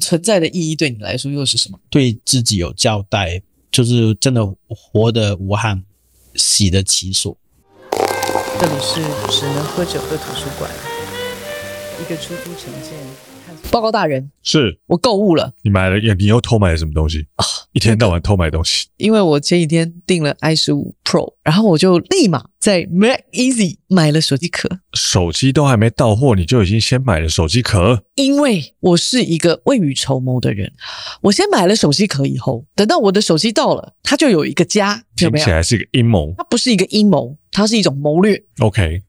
存在的意义对你来说又是什么？对自己有交代，就是真的活得无憾，喜得其所。这里是只能喝酒的图书馆，一个出租城建。报告大人，是我购物了，你买了，你你又偷买了什么东西？啊一天到晚偷买东西，因为我前几天订了 i 十五 Pro，然后我就立马在 Mac Easy 买了手机壳，手机都还没到货，你就已经先买了手机壳。因为我是一个未雨绸缪的人，我先买了手机壳以后，等到我的手机到了，它就有一个家，有听没有起？来是一个阴谋。它不是一个阴谋，它是一种谋略。 OK，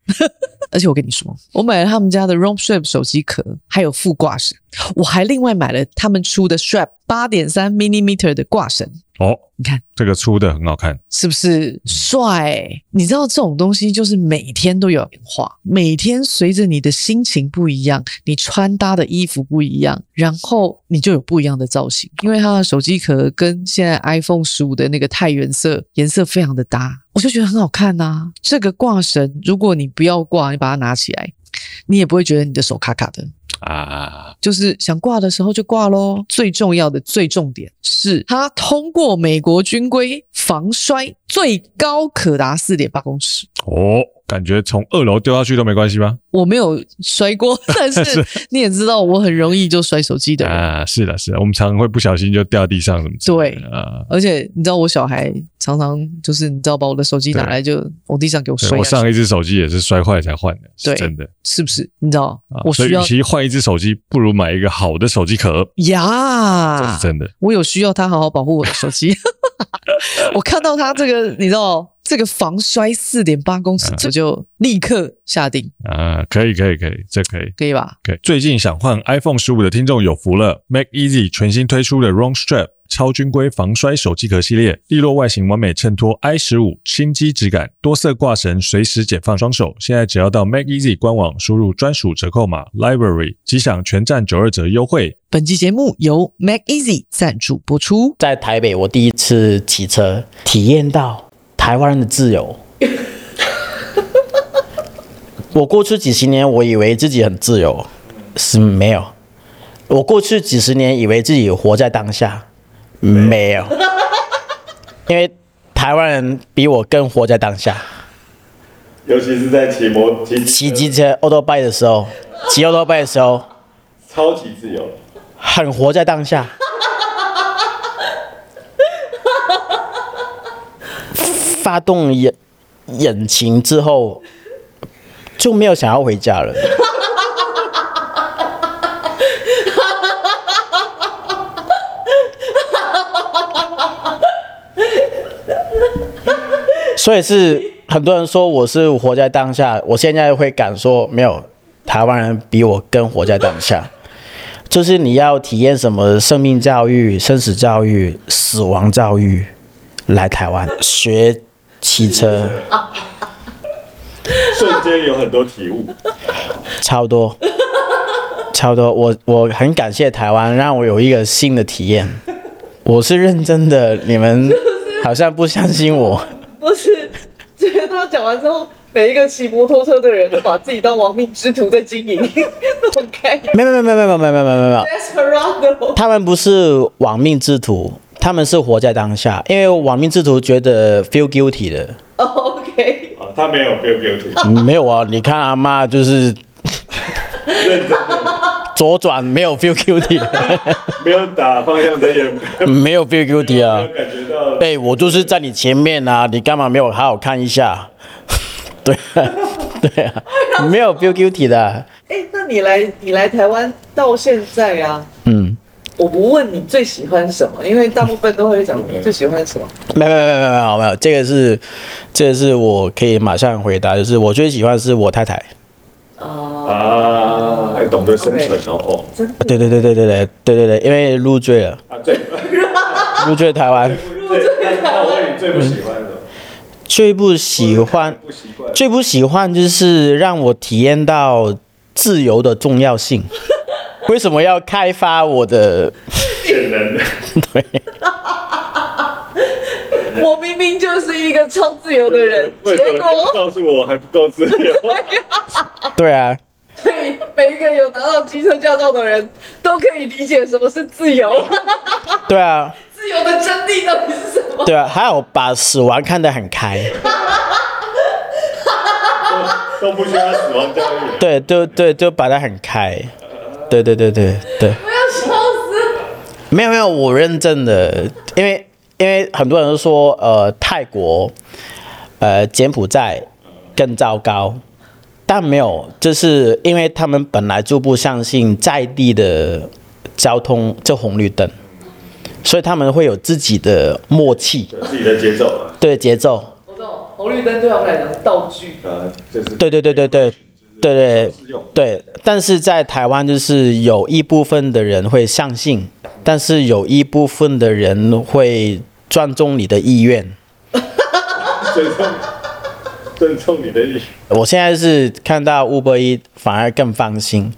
而且我跟你说，我买了他们家的 Roam Strap 手机壳，还有副挂绳，我还另外买了他们出的 Strap 八点三 m m 的挂绳，哦，你看这个出的很好看，是不是帅、你知道这种东西就是每天都有变化，每天随着你的心情不一样，你穿搭的衣服不一样，然后你就有不一样的造型。因为它的手机壳跟现在 iPhone 十五的那个太原色颜色非常的搭，我就觉得很好看呐、这个挂绳，如果你不要挂，你把它拿起来，你也不会觉得你的手卡卡的。啊，就是想挂的时候就挂喽。最重要的、最重点是，它通过美国军规防摔，最高可达四点八公尺。哦，感觉从二楼丢下去都没关系吗？我没有摔 过，但是你也知道，我很容易就摔手机的人。啊，是的，是的，我们常常会不小心就掉地上什么之类的。啊，而且你知道，我小孩常常就是你知道，把我的手机拿来就往地上给我对摔我下上去，一只手机也是摔坏才换的，是对真的。是不是？你知道，啊我所以，需与要其换一只手机，不如买一个好的手机壳，这呀是，真的。我有需要他好好保护我的手 机。我看到他这个，你知道这个防摔四点八公尺，我就立刻下定，啊，可以，可以，可以，这可以。可以吧？ OK，最近想换 iPhone 十五的听众有福了，Mac Easy 全新推出的 Wrong Strap 超军规防摔手机壳系列，利落外形完美衬托 i 十五新机质感，多色挂绳随时解放双手。现在只要到 Mac Easy 官网输入专属折扣码 Library，即享全站九二折优惠。本期节目由 Mac Easy 赞助播出。在台北，我第一次骑车，体验到台湾人的自由。 我过去几十年，我以为自己很自由，是没有。我过去几十年以为自己活在当下，没有。因为台湾人比我更活在当下。尤其是在骑摩骑呃骑机车 auto bike 的时候，骑 auto bike 的时候，超级自由，很活在当下，发动引引擎之后就没有想要回家了。所以是很多人说我是活在当下，我现在会敢说没有，台湾人比我更活在当下。就是你要体验什么生命教育、生死教育、死亡教育，来台湾学骑车，瞬间有很多 体悟。超多， 超多。我我很感谢台湾，让我有一个新的体验。我是认真的，你们好像不相信我。不是， 觉得他讲完之后，每一个骑摩托车的人都把自己当亡命之徒在经营， 那种概念。没有没有没有没有没有没有没有没有。 Desperado，他们不是亡命之徒，他们是活在当下。因为亡命之徒觉得 feel guilty 的。哦，OK，啊，他没有 feel guilty，没有啊，你看阿妈就是认真的，左转没有 feel guilty，没有打方向灯，也没有没有 feel guilty 啊。感觉到哎、我就是在你前面啊，你干嘛没有好好看一下？ 对、啊， 对啊，没有 feel guilty 的啊。哎，那你来，你来台湾到现在啊，嗯，我不问你最喜欢什么，因为大部分都会讲你最喜欢什么。没有没有没有没有没有没有，这个是，这个是我可以马上回答，就是我最喜欢的是我太太。呃啊，啊，还懂得生存哦。哦，对对对对对对对对对，因为入赘了，啊，最入赘台湾，最，那我问你最不喜欢的，最不喜欢。不习惯，最不喜欢就是让我体验到自由的重要性。为什么要开发我的？骗人的， 我明明就是一个 超自由的人，为结什么果告诉我还不够自由？对啊，所以每一个有拿到机车驾照的人都可以理解什么是自由，对啊，自由的真谛到底是什么？对啊，还有把死亡看得很开，都不需要死亡教育。对，就对，就把它很开，对对对对对，我要笑死！没有没有，我认证的，因为因为很多人都说，呃，泰国，呃，柬埔寨更糟糕，但没有，就是因为他们本来就不相信在地的交通就红绿灯，所以他们会有自己的默契，有自己的节奏啊了。对节奏，我知道红绿灯对他们来讲是道具，呃，就是对对对对对对对适用对，但是在台湾就是有一部分的人会相信，但是有一部分的人会尊重你的意愿。尊重尊重你的意。我现在是看到 Uber E 反而更放心，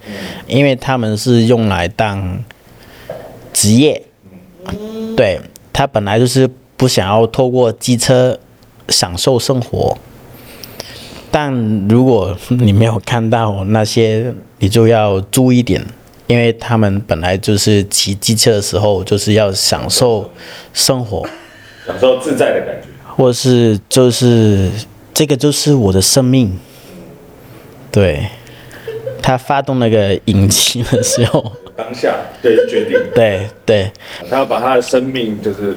因为他们是用来当职业，对他本来就是不想要透过机车享受生活。但如果你没有看到那些，你就要注意一点，因为他们本来就是骑机车的时候就是要享受生活。享受自在的感觉。或是就是这个就是我的生命，对，他发动那个引擎的时候，当下对决定，对对他要把他的生命就是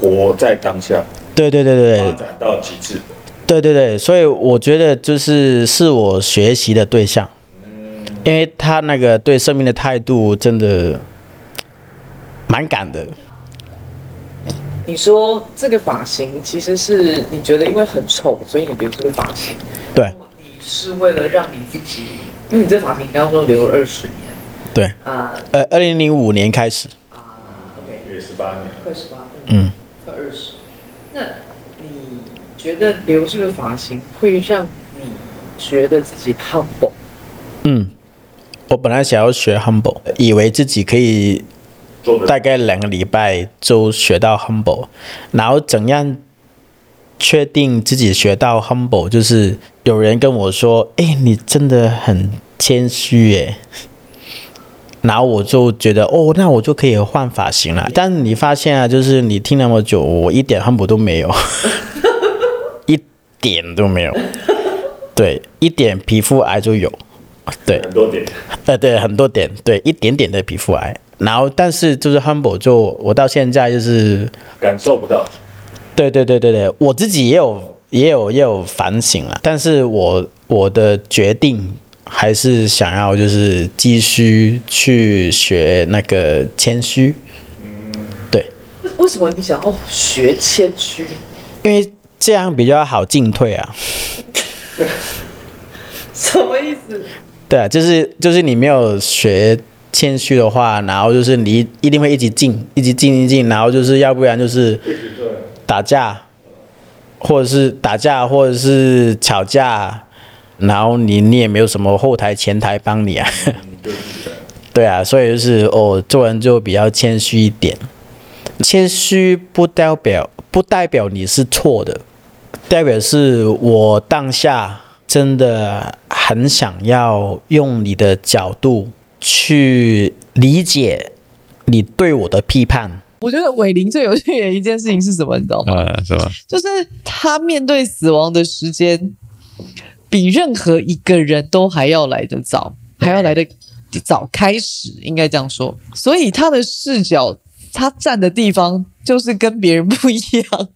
活在当下，对对对发对展到极致。对对对，所以我觉得就是是我学习的对象，因为他那个对生命的态度真的蛮敢的，你说这个发型其实是你觉得因为很丑，所以你留这个发型。对你是为了让你自己，因为你这发型刚刚说留了二十年对，啊呃，二零零五年开始，啊，OK，也十八年，快十八，嗯，快二十。那你觉得留这个发型会让你觉得自己 humble？嗯，我本来想要学 humble，以为自己可以做的大概两个礼拜就学到 humble，然后怎样确定自己学到 humble？就是有人跟我说：“哎、你真的很谦虚耶。” 然后我就觉得哦，那我就可以换发型了。但你发现啊，就是你听那么久，我一点 humble 都没有，一点都没有，对，一点皮肤癌就有，对。很多点，呃，对，很多点，对，一点点的皮肤癌。然后，但是就是 humble，就我到现在就是，感受不到。对对对对对，我自己也有也有也有反省了，但是我我的决定还是想要就是继续去学那个谦虚，对，为什么你想要学谦虚？因为这样比较好进退啊。什么意思？对啊，就是就是你没有学谦虚的话，然后就是你一定会一直进，一直进，一直进，然后就是要不然就是打架，或者是打架，或者是吵架，然后你你也没有什么后台前台帮你啊。 对啊，所以就是哦，做人就比较谦虚一点。谦虚不代表不代表你是错的，代表是我当下真的很想要用你的角度去理解你对我的批判。我觉得伟林最有趣的一件事情是什么，你知道吗？啊，是吧？嗯就是他面对死亡的时间，比任何一个人都还要来得早，还要来得早开始，应该这样说。所以他的视角，他站的地方就是跟别人不一样，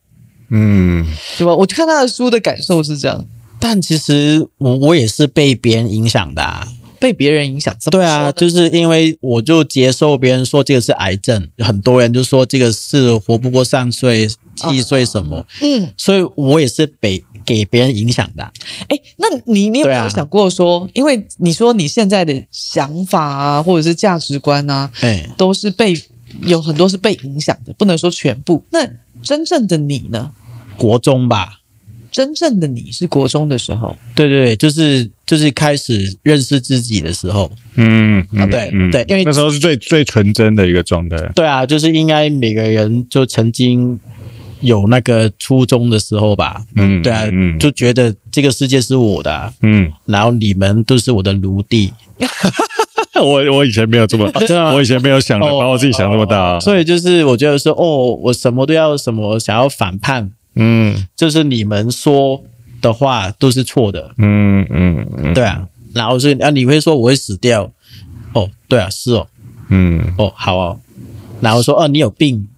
嗯，对吧？我看他的书的感受是这样，但其实我我也是被别人影响的、啊，被别人影响。怎么对啊，说呢就是因为我就接受别人说这个是癌症，很多人就说这个是活不过三岁、七岁什哦么，嗯，所以我也是被给别人影响的啊。哎，那你你有没对有啊想过说，因为你说你现在的想法啊，或者是价值观啊，哎，都是被有很多是被影响的，不能说全部。那真正的你呢？国中吧，真正的你是国中的时候，对对对，就是就是开始认识自己的时候，嗯，啊嗯对嗯对因为那时候是最最纯真的一个状态。对啊，就是应该每个人就曾经有那个初衷的时候吧，嗯对啊，嗯就觉得这个世界是我的啊、嗯，然后你们都是我的奴隶， 我我以前没有这 么，真的吗我以前没有想啊的，哦把我自己想那么大啊，所以就是我觉得说，哦，我什么都要什么想要反叛，嗯就是你们说的话都是错的，嗯嗯嗯对啊，然后是啊，你会说我会死掉，哦，对啊，是哦，嗯，哦，好哦，然后说哦，你有病，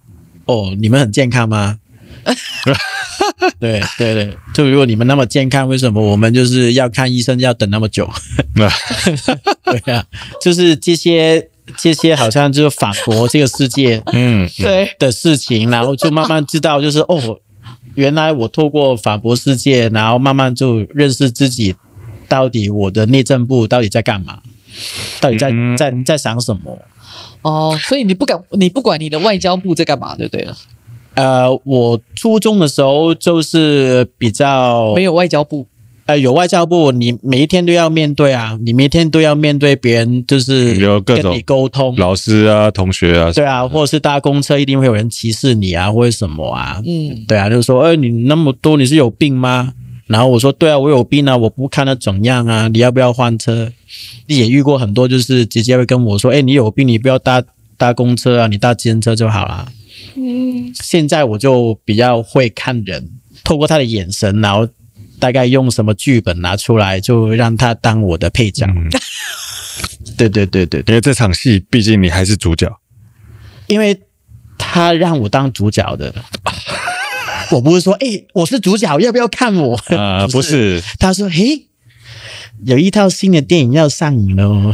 哦，你们很健康吗？对对对，就如果你们那么健康，为什么我们就是要看医生要等那么久？那对啊，就是这些这些好像就是反驳这个世界嗯对，的事情，然后就慢慢知道，就是哦，原来我透过反驳世界，然后慢慢就认识自己，到底我的内政部到底在干嘛，到底在嗯在在想什么。哦，所以你不敢，你不管你的外交部在干嘛，对不对哦了？呃，我初中的时候就是比较没有外交部，呃有外交部，你每一天都要面对啊，你每一天都要面对别人，就是有各跟种你沟通，老师啊，同学啊，对啊，或者是搭公车一定会有人歧视你啊，或者什么啊，嗯，对啊，就是说，哎、你那么多，你是有病吗？然后我说，对啊，我有病啊，我不看那怎样啊，你要不要换车？也遇过很多，就是直接会跟我说，哎、你有病，你不要搭搭公车啊，你搭自行车就好啦。嗯，现在我就比较会看人，透过他的眼神，然后大概用什么剧本拿出来，就让他当我的配角。嗯 对对对对对，因为这场戏，毕竟你还是主角，因为他让我当主角的。 我不是说，哎、我是主角，要不要看我？ 啊，不是，他说：“嘿，有一套新的电影要上映了哦。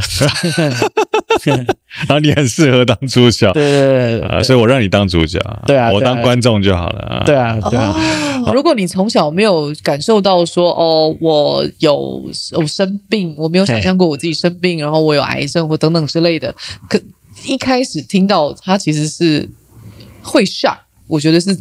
然后你很适合当主角”，对对对啊，所以我让你当主角，对啊我对啊当观众就好了啊， 对啊对啊！哦如果你从小没有感受到说，哦，我有我生病，我没有想象过我自己生病，然后我有癌症或等等之类的，可一开始听到他其实是会 shock，我觉得是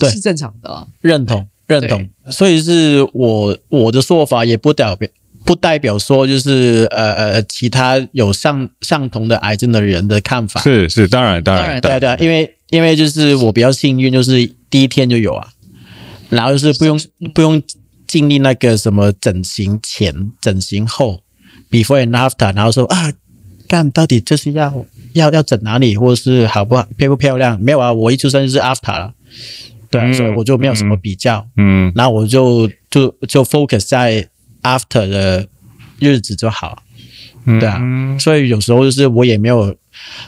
对是正常的啊啦。认同认同，所以是我我的说法也不代表不代表说就是呃呃其他有相相同的癌症的人的看法。是是，当然当当然然对啊对啊，因为因为就是我比较幸运，就是第一天就有啊，然后就是不用不用经历那个什么整形前、整形后，before and after，然后说啊，干到底就是要要要整哪里，或者是好不好漂不漂亮？没有啊，我一出生就是 after 了，对、啊，嗯所以我就没有什么比较，嗯然后我就就就 focus 在 after 的日子就好了。嗯，对啊嗯所以有时候就是我也没有，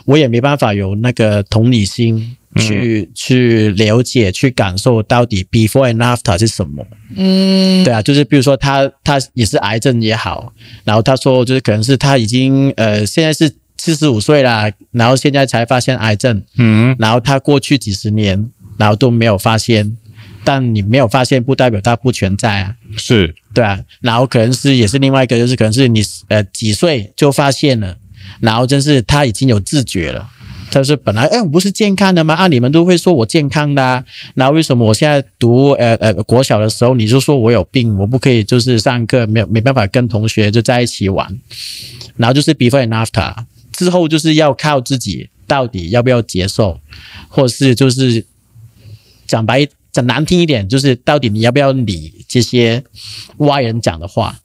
我也没办法有那个同理心嗯去、去了解、去感受到底 before and after 是什么。嗯，对啊，就是比如说他他也是癌症也好，然后他说就是可能是他已经呃现在是四十五岁啦，然后现在才发现癌症，嗯然后他过去几十年然后都没有发现，但你没有发现不代表它不存在啊。是，对啊，然后可能是也是另外一个，就是可能是你呃几岁就发现了，然后真是他已经有自觉了。他是本来哎，我不是健康的吗？啊，你们都会说我健康的、啊，然后为什么我现在读呃呃国小的时候，你就说我有病，我不可以就是上课没有没办法跟同学就在一起玩，然后就是 before and after 之后就是要靠自己到底要不要接受，或是就是讲白讲难听一点，就是到底你要不要理这些歪人讲的话？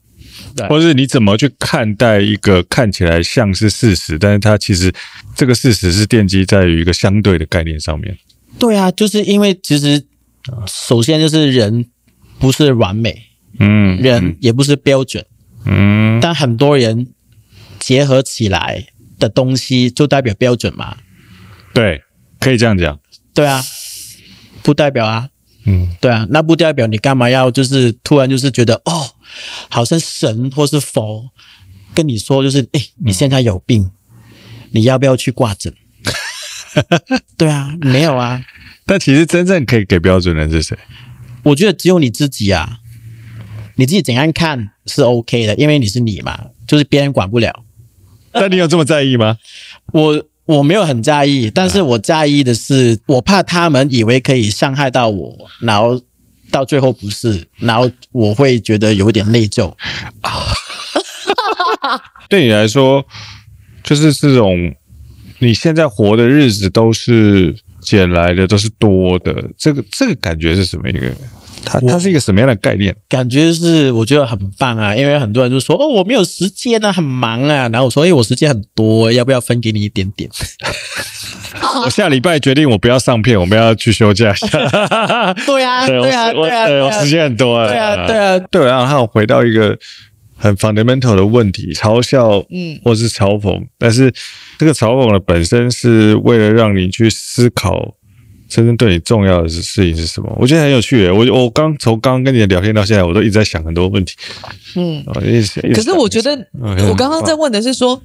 对或是你怎么去看待一个看起来像是事实，但是它其实这个事实是奠基在于一个相对的概念上面。对啊，就是因为其实首先就是人不是完美，嗯，人也不是标准，嗯，但很多人结合起来的东西就代表标准嘛？对，可以这样讲。对啊，不代表啊。嗯，对啊，那不代表你干嘛要就是突然就是觉得哦，好像神或是佛跟你说就是哎、你现在有病，你要不要去挂诊？对啊，没有啊，但其实真正可以给标准的 是谁？我觉得只有你自己啊，你自己怎样看是 OK 的，因为你是你嘛，就是别人管不了。但你有这么在意吗？我我没有很在意，但是我在意的是，我怕他们以为可以伤害到我，然后到最后不是，然后我会觉得有点内疚。对你来说，就是这种你现在活的日子都是捡来的都是多的，这个这个感觉是什么一个？它它是一个什么样的概念？感觉是我觉得很棒啊，因为很多人就说哦我没有时间啊，很忙啊，然后我说哎我时间很多，要不要分给你一点点？我下礼拜决定我不要上片，我们要去休假 一下。对啊，对，我对啊，时我对啊，对对我啊时间很多啊。对啊，对啊，对我让他回到一个很 fundamental 的问题，嘲笑，嗯嗯，或是嘲讽，但是这个嘲讽的本身是为了让你去思考真正对你重要的事事情是什么。我觉得很有趣耶，我我刚从刚刚跟你的聊天到现在，我都一直在想很多问题。嗯，我一直一直可是我觉想得嗯我刚刚在问的是说，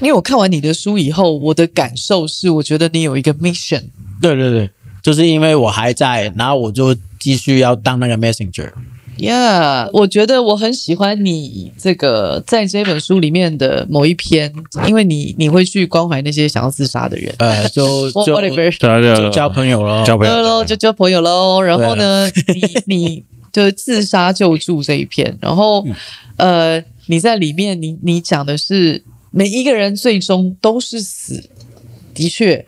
因为我看完你的书以后，我的感受是，我觉得你有一个 mission，对对对，就是因为我还在，然后我就继续要当那个 messenger。 Yeah，我觉得我很喜欢你这个在这本书里面的某一篇，因为你你会去关怀那些想要自杀的人。呃，就 What- 就 whatever 大家就啊交朋友了，交朋对友呃喽，就交朋友喽。然后呢，啊你你就是自杀救助这一篇，然后、嗯呃，你在里面你你讲的是每一个人最终都是死，的确，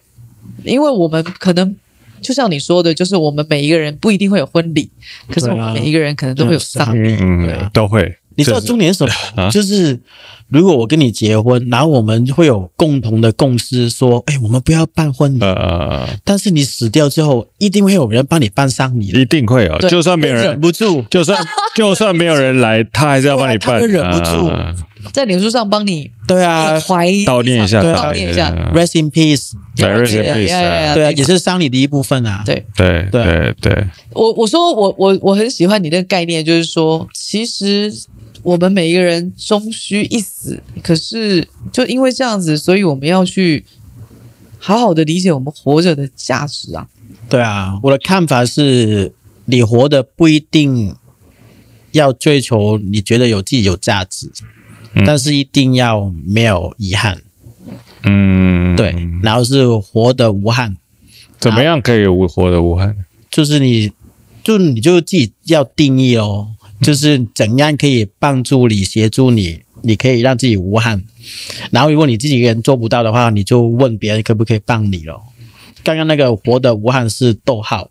因为我们可能。就像你说的，就是我们每一个人不一定会有婚礼，可是我对啊们每一个人可能都会有丧礼。嗯对啊嗯都会。你知道就是重点是什么？啊就是如果我跟你结婚，然后我们会有共同的共识，说，哎，我们不要办婚礼，呃，但是你死掉之后，一定会有人帮你办丧礼的，一定会有，哦对就算没有忍人，不住。就算就算没有人来，他还是要帮你对啊他办，会忍不住啊在脸书上帮你对啊哎怀悼念一下，对啊悼念一下嗯，rest in peace。对，rest in Yeah, peace， yeah, 啊 yeah, 对啊，也是丧礼的一部分啊。对对对对，我我说我我我很喜欢你那个概念，就是说，其实我们每一个人终须一死，可是就因为这样子，所以我们要去好好的理解我们活着的价值啊。对啊，我的看法是，你活的不一定要追求你觉得有自己有价值，嗯但是一定要没有遗憾。嗯，对，然后是活得无憾，怎么样可以无活的无憾？就是你，就你就自己要定义哦，嗯就是怎样可以帮助你、协助你，你可以让自己无憾。然后如果你自己一个人做不到的话，你就问别人可不可以帮你咯。刚刚那个活的无憾是逗号，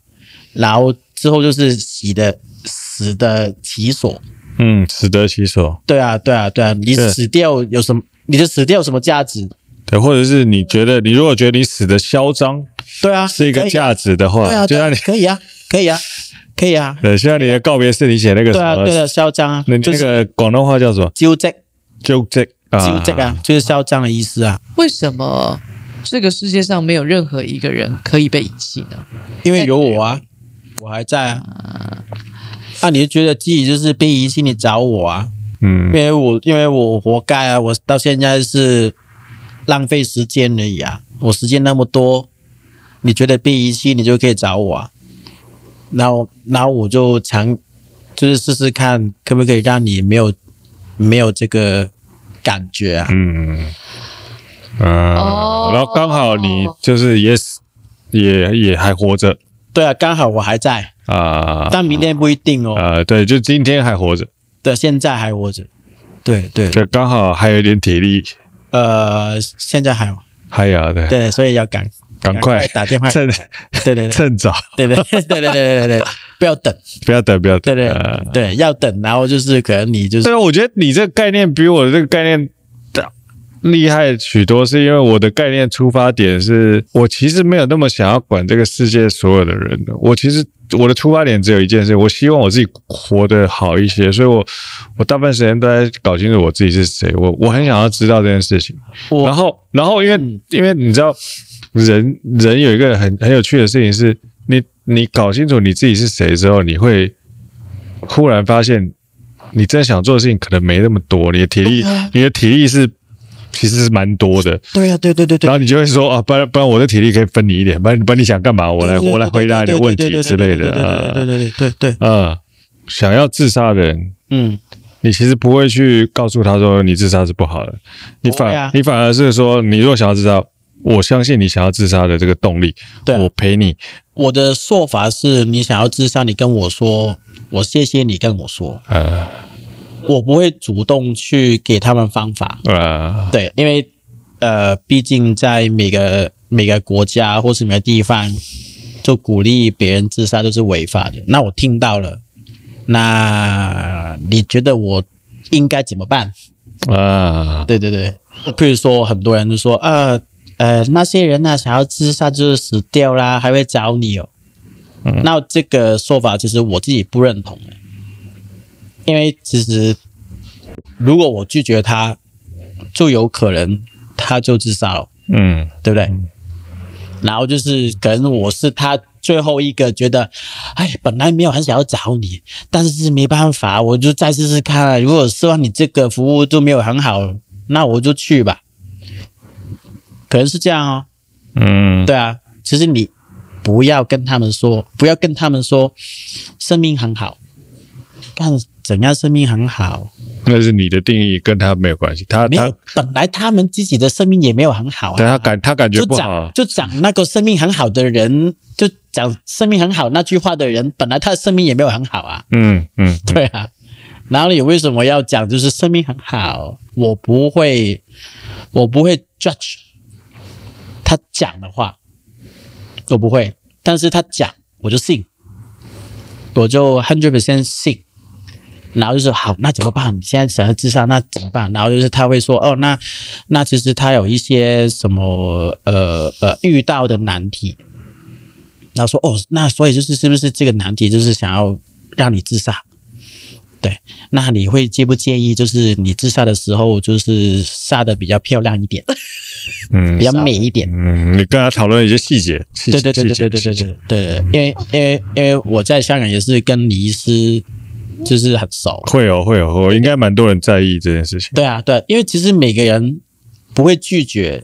然后之后就是死的死的其所。嗯，死得其所。对啊，对啊，对啊，你是死掉有什么？你的死掉有什么价值？对，或者是你觉得你如果觉得你死的嚣张对啊，是一可个以价值对的啊，话，就对啊像你可以啊，可以啊，可以 啊，对，就像你的告别式，你写那对个什啊，对么，啊，嚣张啊，那就那是个广东话叫什么纠结。 ？joke 就这个啊，就是嚣张的意思啊。为什么这个世界上没有任何一个人可以被遗弃呢？因为有我啊，我还在啊。那、你就觉得自己就是被遗弃，你找我啊？嗯因，为我因为我活该啊，我到现在是浪费时间而已啊。我时间那么多，你觉得被遗弃，你就可以找我啊。然后然后我就尝，就是试试看，可不可以让你没有没有这个感觉啊？嗯，嗯，哦然后刚好你就是也死，也也还活着对啊，刚好我还在，啊，但明天不一定哦。啊，对，就今天还活着，对，现在还活着。对对，就刚好还有一点体力，哎呃，现在还有还有的，对，所以要赶赶快打电话， 趁对对对趁早，对对对对对对对，不要等，不要等，不要对等，对呃对，要等，然后就是可能你就是对啊，我觉得你这个概念比我的这个概念大厉害许多，是因为我的概念出发点是我其实没有那么想要管这个世界所有的人的，我其实我的出发点只有一件事，我希望我自己活得好一些，所以我我大部分时间都在搞清楚我自己是谁，我我很想要知道这件事情。我然后，然后因为、因为你知道，人人有一个很很有趣的事情是，你你搞清楚你自己是谁之后，你会忽然发现，你真想做的事情可能没那么多，你的体力，嗯你的体力是其实是蛮多的。对啊，对对对对然，后你就会说啊，不然不然我的体力可以分你一点，不然不然你想干嘛，我来我来回答你的问题之类对的。对对对对对，啊、啊想要自杀的人，嗯，你其实不会去告诉他说你自杀是不好的，你不会反、啊你反而是说，你如果想要自杀，我相信你想要自杀的这个动力，对啊我陪你，我的说法是你想要自杀，你跟我说，我谢谢你跟我说，呃我不会主动去给他们方法，呃，对，因为呃，毕竟在每个每个国家或是每个地方就鼓励别人自杀都是违法的。那我听到了，那你觉得我应该怎么办？啊，对对对，譬如说很多人就说啊，呃，那些人呢、想要自杀就是死掉啦，还会找你哦。那这个说法其实我自己不认同的，因为其实如果我拒绝他，就有可能他就自杀了，嗯对不对？然后就是可能我是他最后一个觉得，哎，本来没有很想要找你，但是没办法，我就再试试看啊。如果希望你这个服务都没有很好，那我就去吧。可能是这样哦，嗯，对啊。其实你不要跟他们说，不要跟他们说，生命很好，但怎样生命很好？那是你的定义，跟他没有关系。他没他有，本来他们自己的生命也没有很好啊。对他感他感觉就不讲好，啊就讲那个生命很好的人，就讲生命很好那句话的人，本来他的生命也没有很好啊，嗯嗯 对啊。然后你为什么要讲就是生命很好？我不会，我不会 judge 他讲的话，我不会。但是他讲我就信，我就 hundred percent 信。然后就是好，那怎么办？你现在想要自杀，那怎么办？然后就是他会说，哦，那那其实他有一些什么呃呃遇到的难题，然后说哦，那所以就是是不是这个难题就是想要让你自杀？对，那你会介不介意？就是你自杀的时候，就是杀的比较漂亮一点，嗯比较美一点。嗯，你跟他讨论一些细节，细对节对对对对对对细节对对，因为因为因为我在香港也是跟李医师就是很熟，会有会有，我应该蛮多人在意这件事情。对啊，对，因为其实每个人不会拒绝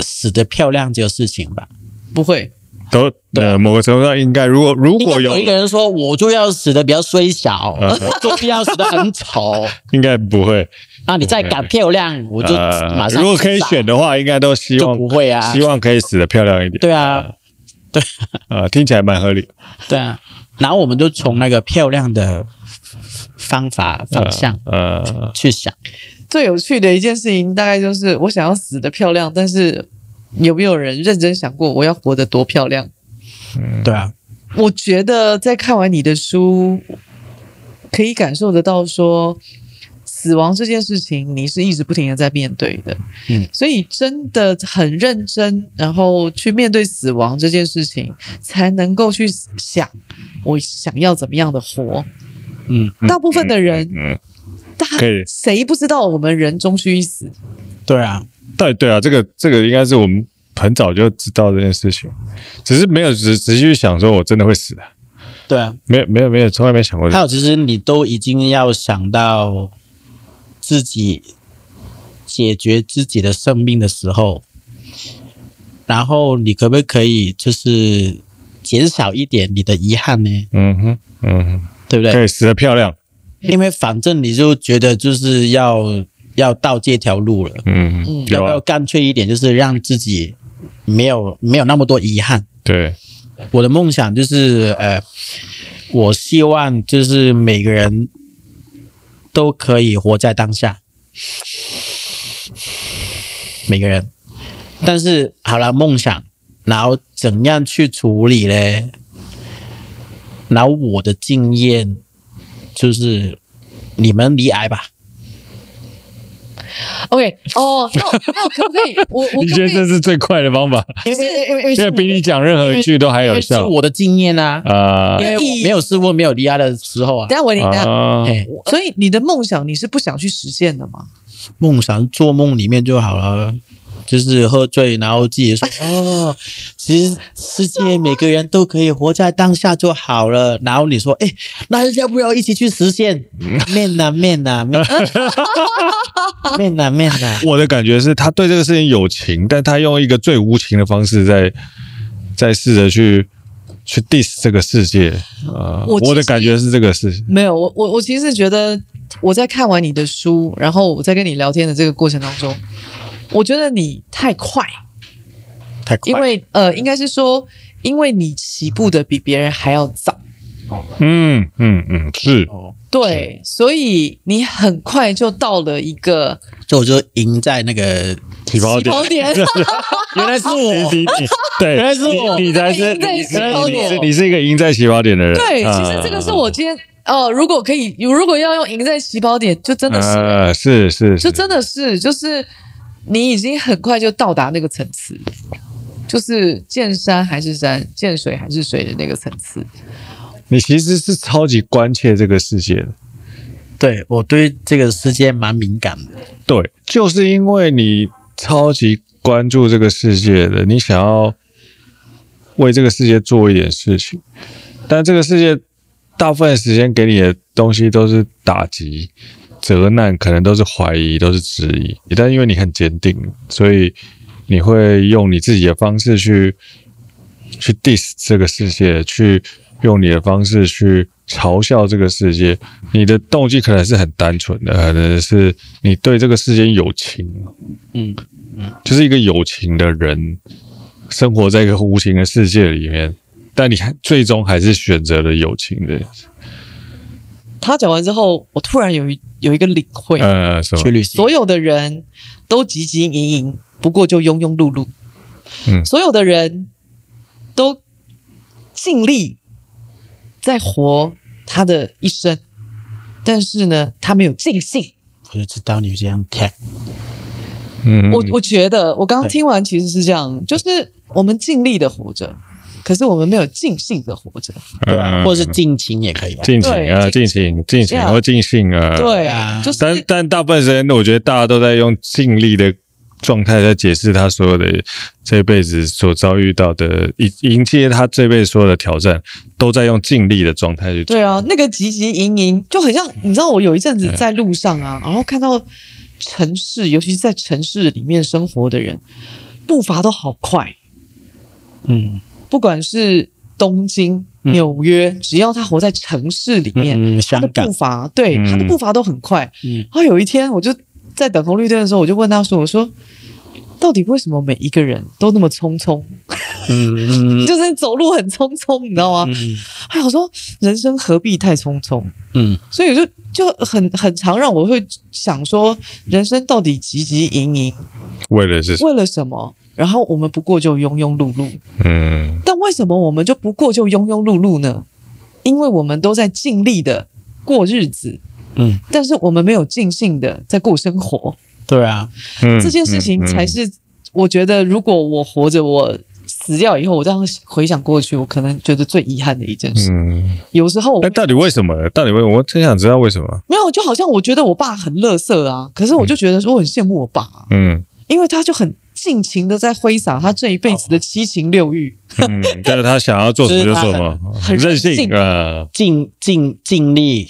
死的漂亮这个事情吧。不会，都呃，某个程度上应该，如果如如果有嗯有一个人说，我就要死的比较衰小，我就不要死的很 丑，应该不会。那你再敢漂亮，我就马呃，上。如果可以选，的话，应该都希望就不会啊希望可以死得漂亮一点。对啊，呃，听起来蛮合理。对啊。然后我们就从那个漂亮的方法方向呃，去想，最有趣的一件事情，大概就是我想要死得漂亮，但是有没有人认真想过我要活得多漂亮？对啊，我觉得在看完你的书，可以感受得到说，死亡这件事情你是一直不停的在面对的，嗯，所以真的很认真，然后去面对死亡这件事情，才能够去想我想要怎么样的活。嗯，大部分的人，嗯，大可以谁不知道我们人终须一死？对啊，对对啊，这个这个应该是我们很早就知道这件事情，只是没有仔仔细去想说我真的会死的，对啊。没有没有没有，从来没想过这还。有，其实你都已经要想到自己解决自己的生命的时候，然后你可不可以就是减少一点你的遗憾呢？嗯哼，嗯哼，对不可对？以死得漂亮。因为反正你就觉得就是要要到这条路了，嗯，要有不要啊，干脆一点，就是让自己没有没有那么多遗憾？对，我的梦想就是，呃，我希望就是每个人都可以活在当下，每个人。但是好了，梦想，然后怎样去处理嘞？然后我的经验就是，你们离癌吧， OK，哦，那我那我可不可以？我我可不你觉可得这以？是最快的方法？因为因为因为现在比你讲任何一句都还因有为是效我的经验啊，啊因为我没有试过没有离癌的时候啊等一，下我等一下，啊！哎，所以你的梦想你是不想去实现的吗？梦想做梦里面就好了，就是喝醉，然后自己说哦，其实世界每个人都可以活在当下就好了。然后你说，哎，那要不要一起去实现？面呐面呐面，啊面呐面呐，我的感觉是他对这个事情有情，但他用一个最无情的方式在在试着去去 diss 这个世界。呃，我我其实的感觉是这个事，没有，我我我其实觉得我在看完你的书，然后我在跟你聊天的这个过程当中，我觉得你太快，太快因为呃，应该是说，因为你起步的比别人还要早，嗯嗯嗯，是哦，对，所以你很快就到了一个所以我就赢在那个起跑起点跑点，原来是你我，你你，对，原来是我 你你才 是赢在你起是跑你点是你是一个赢在起跑点的人。对，啊其实这个是我今天哦，如果可以，如果要用赢在起跑点，就真的是，呃是是，就是真的是，就是你已经很快就到达那个层次，就是见山还是山，见水还是水的那个层次。你其实是超级关切这个世界的。对我对这个世界蛮敏感的。对，就是因为你超级关注这个世界的，你想要为这个世界做一点事情，但这个世界大部分时间给你的东西都是打击、责难，可能都是怀疑，都是质疑。但因为你很坚定，所以你会用你自己的方式去去 diss 这个世界，去用你的方式去嘲笑这个世界。你的动机可能是很单纯的，可能是你对这个世界有情，嗯嗯，就是一个有情的人，生活在一个无情的世界里面，但你还最终还是选择了友情的，他讲完之后，我突然有一有一个领会，呃，什么去？旅行所有的人都汲汲营营，不过就庸庸碌碌。嗯所有的人都尽力在活他的一生，但是呢，他没有尽兴。我就知道你这样跳。嗯，我我觉得，我刚刚对听完其实是这样，就是我们尽力的活着，可是我们没有尽兴的活着。对吧？或者是嗯近亲也可以、啊。尽情对啊，尽情，尽情 Yeah 或尽兴啊，。对啊就是但但大部分时间，我觉得大家都在用尽力的状态在解释他所有的这辈子所遭遇到的，迎迎接他这辈子所有的挑战，都在用尽力的状态去做。对啊，那个汲汲营营，就很像你知道，我有一阵子在路上啊，然后看到城市，尤其是在城市里面生活的人，步伐都好快。嗯不管是东京、嗯纽约，只要他活在城市里面， 嗯，他香的港步，伐，对、嗯他的步伐都很快。嗯然后有一天，我就在等红绿灯的时候，我就问他说：“我说，到底为什么每一个人都那么匆匆？嗯嗯就是走路很匆匆，你知道吗？”嗯哎，我说人生何必太匆匆？嗯，所以我就就很很常让我会想说，人生到底汲汲营营为了是什么，为了什么？然后我们不过就庸庸碌碌，嗯但为什么我们就不过就庸庸碌碌呢？因为我们都在尽力的过日子，嗯，但是我们没有尽兴的在过生活。对啊，嗯，这件事情才嗯是我觉得，如果我活着，我死掉以后，我这样回想过去，我可能觉得最遗憾的一件事。嗯。嗯有时候我那到底为什么呢？到底为什么？我真想知道为什么。没有，就好像我觉得我爸很乐色啊，可是我就觉得说我很羡慕我爸啊、嗯因为他就很尽情的在挥洒他这一辈子的七情六欲，嗯， 但是他想要做什么就做什么，很任任性性啊，尽尽尽力，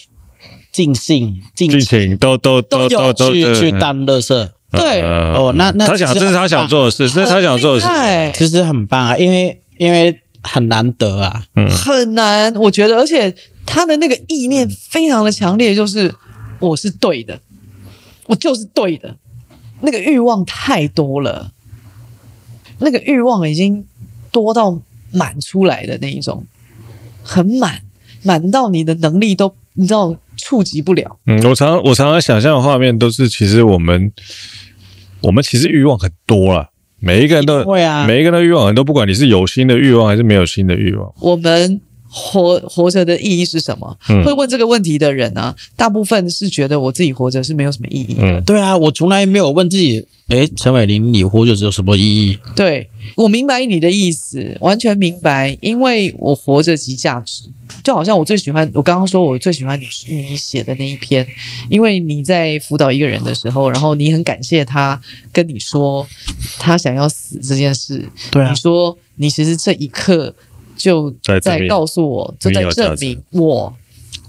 尽兴，尽尽情都都都有都都去去嗯当乐色，对嗯哦那那他想其这实是他想做的事，这是他想做的事。哎，其实很棒啊，因为因为很难得啊，嗯很难，我觉得，而且他的那个意念非常的强烈，就是我是对的，我就是对的，那个欲望太多了，那个欲望已经多到满出来的那一种，很满，满到你的能力都你知道触及不了。嗯，我常我常常想象的画面都是，其实我们我们其实欲望很多了，每一个人都一定会啊每一个人的欲望很多，不管你是有心的欲望还是没有心的欲望，我们活活着的意义是什么？嗯会问这个问题的人啊，大部分是觉得我自己活着是没有什么意义的。嗯对啊，我从来没有问自己，诶，陈伟霆，你活着有什么意义？对我明白你的意思，完全明白，因为我活着即价值。就好像我最喜欢，我刚刚说我最喜欢你你写的那一篇，因为你在辅导一个人的时候，然后你很感谢他跟你说他想要死这件事，对啊你，说你其实这一刻就在证在明告诉我，就你在有价证值明我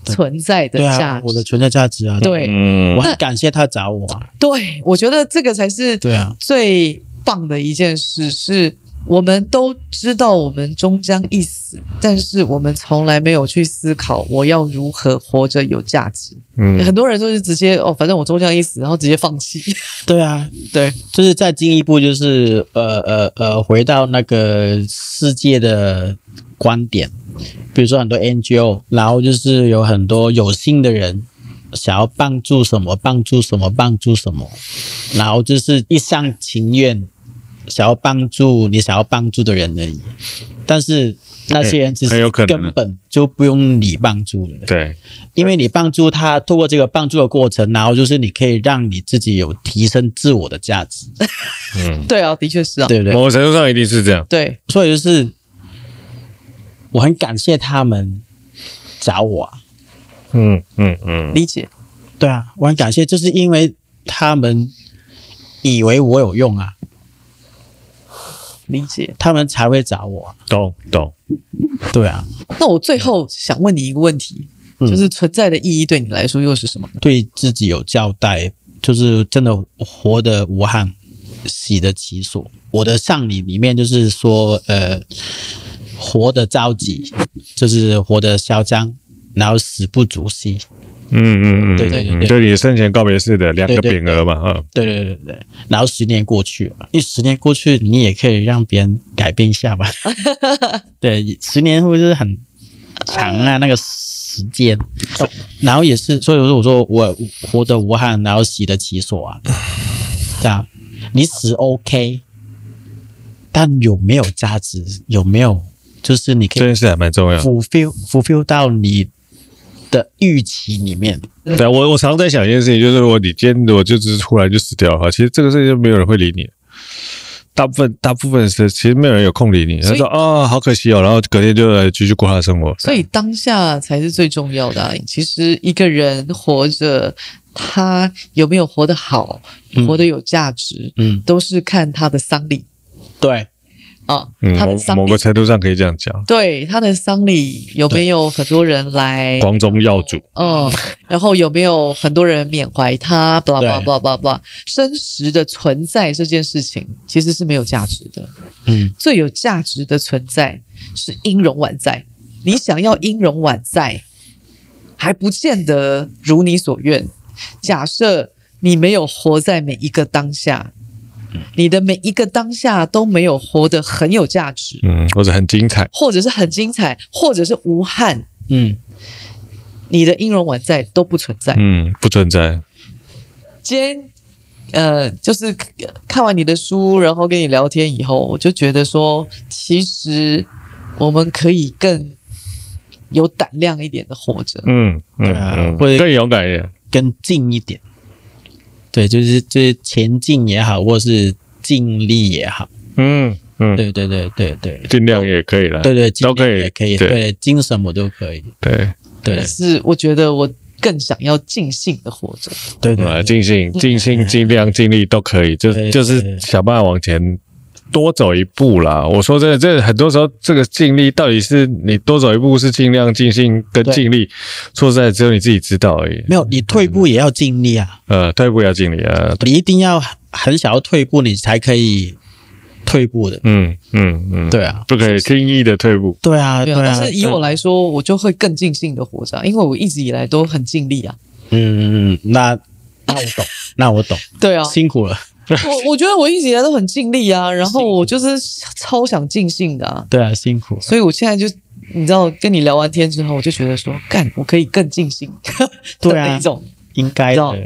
存在的对价啊，我的值。存在价值啊，对嗯我很感谢他找我啊，对，我觉得这个才是对啊，最棒的一件事是，我们都知道我们终将一死，但是我们从来没有去思考我要如何活着有价值。嗯很多人都是直接哦，反正我终将一死，然后直接放弃。对啊，对，就是再进一步，就是呃呃呃，回到那个世界的观点，比如说很多 NGO，然后就是有很多有心的人想要帮助什么，帮助什么，帮助什么，然后就是一厢情愿，想要帮助你想要帮助的人而已。但是那些人其哎很有实可能根本就不用你帮助了，对，因为你帮助他，透过这个帮助的过程，然后就是你可以让你自己有提升自我的价值，嗯，对啊，的确是啊，对不对某？种程度上一定是这样。对，所以就是我很感谢他们找我、啊，嗯嗯嗯，理解。对啊，我很感谢，就是因为他们以为我有用啊，理解。他们才会找我啊、懂懂。对啊，那我最后想问你一个问题，就是存在的意义对你来说又是什么呢？对自己有交代，就是真的活得无憾，喜得其所。我的上礼里面就是说，呃，活得着急，就是活得嚣张，然后死不足惜。嗯嗯嗯，对对对对就你生前告别式的两个对对匾额嘛，嗯，对对对对，对然后十年过去了，因为十年过去，你也可以让别人改变一下吧。对，十年会不会是很长啊？那个时间，然后也是，所以我说，我说我活得无憾，然后喜得其所啊。这样，你死 OK，但有没有价值？有没有就是你这可以件事还蛮重要。 fulfill fulfill 到你的预期里面？ 对啊，我我常在想一件事情，就是如果你今天如果就只是突然就死掉的话，其实这个世界就没有人会理你。大部分大部分是其实没有人有空理你，他所以说啊、好可惜哦，然后隔天就来继续过他的生活。所以当下才是最重要的啊、其实一个人活着，他有没有活得好，嗯活得有价值，嗯，都是看他的丧礼对，啊，嗯，他的某丧某礼个。程度上可以这样讲，对他的丧礼有没有很多人来？光宗耀祖。 嗯，然后有没有很多人缅怀他？巴拉对巴拉巴拉巴拉，真实的存在这件事情其实是没有价值的。嗯，最有价值的存在是音容宛在。你想要音容宛在，还不见得如你所愿。假设你没有活在每一个当下，嗯你的每一个当下都没有活得很有价值，嗯，或者很精彩。或者是很精彩，或者是无憾，嗯。你的音容宛在都不存在。嗯，不存在。今天呃，就是呃看完你的书，然后跟你聊天以后，我就觉得说，其实我们可以更有胆量一点的活着。嗯嗯，啊嗯或者更勇敢一点。更近一点。对，就是就是前进也好，或是尽力也好，嗯嗯，对对对对对尽量也可以啦。对对，尽都力可以也可以，对对，精神我都可以，对，对但是我觉得我更想要尽兴的活着。对啊，对尽兴尽兴尽量尽力都可以，就对就是对想办法往前。多走一步啦！我说真的，这很多时候这个尽力到底是你多走一步是尽量尽兴跟对尽力，说实在只有你自己知道而已。没有你退步也要尽力啊，呃，退一步要尽力啊。你一定要很想要退步，你才可以退步的，嗯嗯嗯，，对啊，不可以轻易的退步。对啊，对对啊，啊但，是以我来说，我就会更尽兴的活着啊，因为我一直以来都很尽力啊。嗯嗯嗯，那那我 懂，那我懂，对啊，辛苦了，我我觉得我一直以来都很尽力啊，然后我就是超想尽兴的啊。对啊，辛苦了，所以我现在就你知道，跟你聊完天之后，我就觉得说，干，我可以更尽 兴的对啊那一种，应该知道的。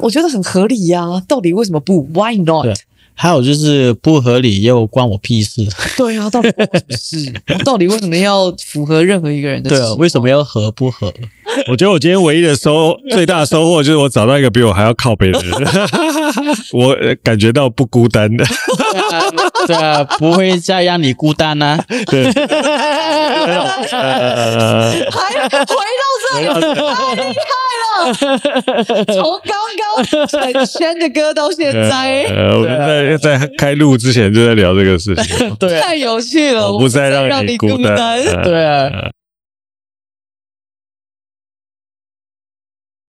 我觉得很合理呀、到底为什么不？Why not？对还有就是不合理又关我屁事，对啊，到底关我什么事？我到底为什么要符合任何一个人的？ 对啊，为什么？要合不合？我觉得我今天唯一的收最大的收获就是我找到一个比我还要靠北的人，我呃感觉到不孤单的。 对啊，不会再让你孤单啊呐、对，呃还哎回到这里，太厉害 了！从刚刚陈轩的歌到现在，呃，我们在在开录之前就在聊这个事情，对啊，太有趣了， 我我不再让让你你孤单。单。呃对啊，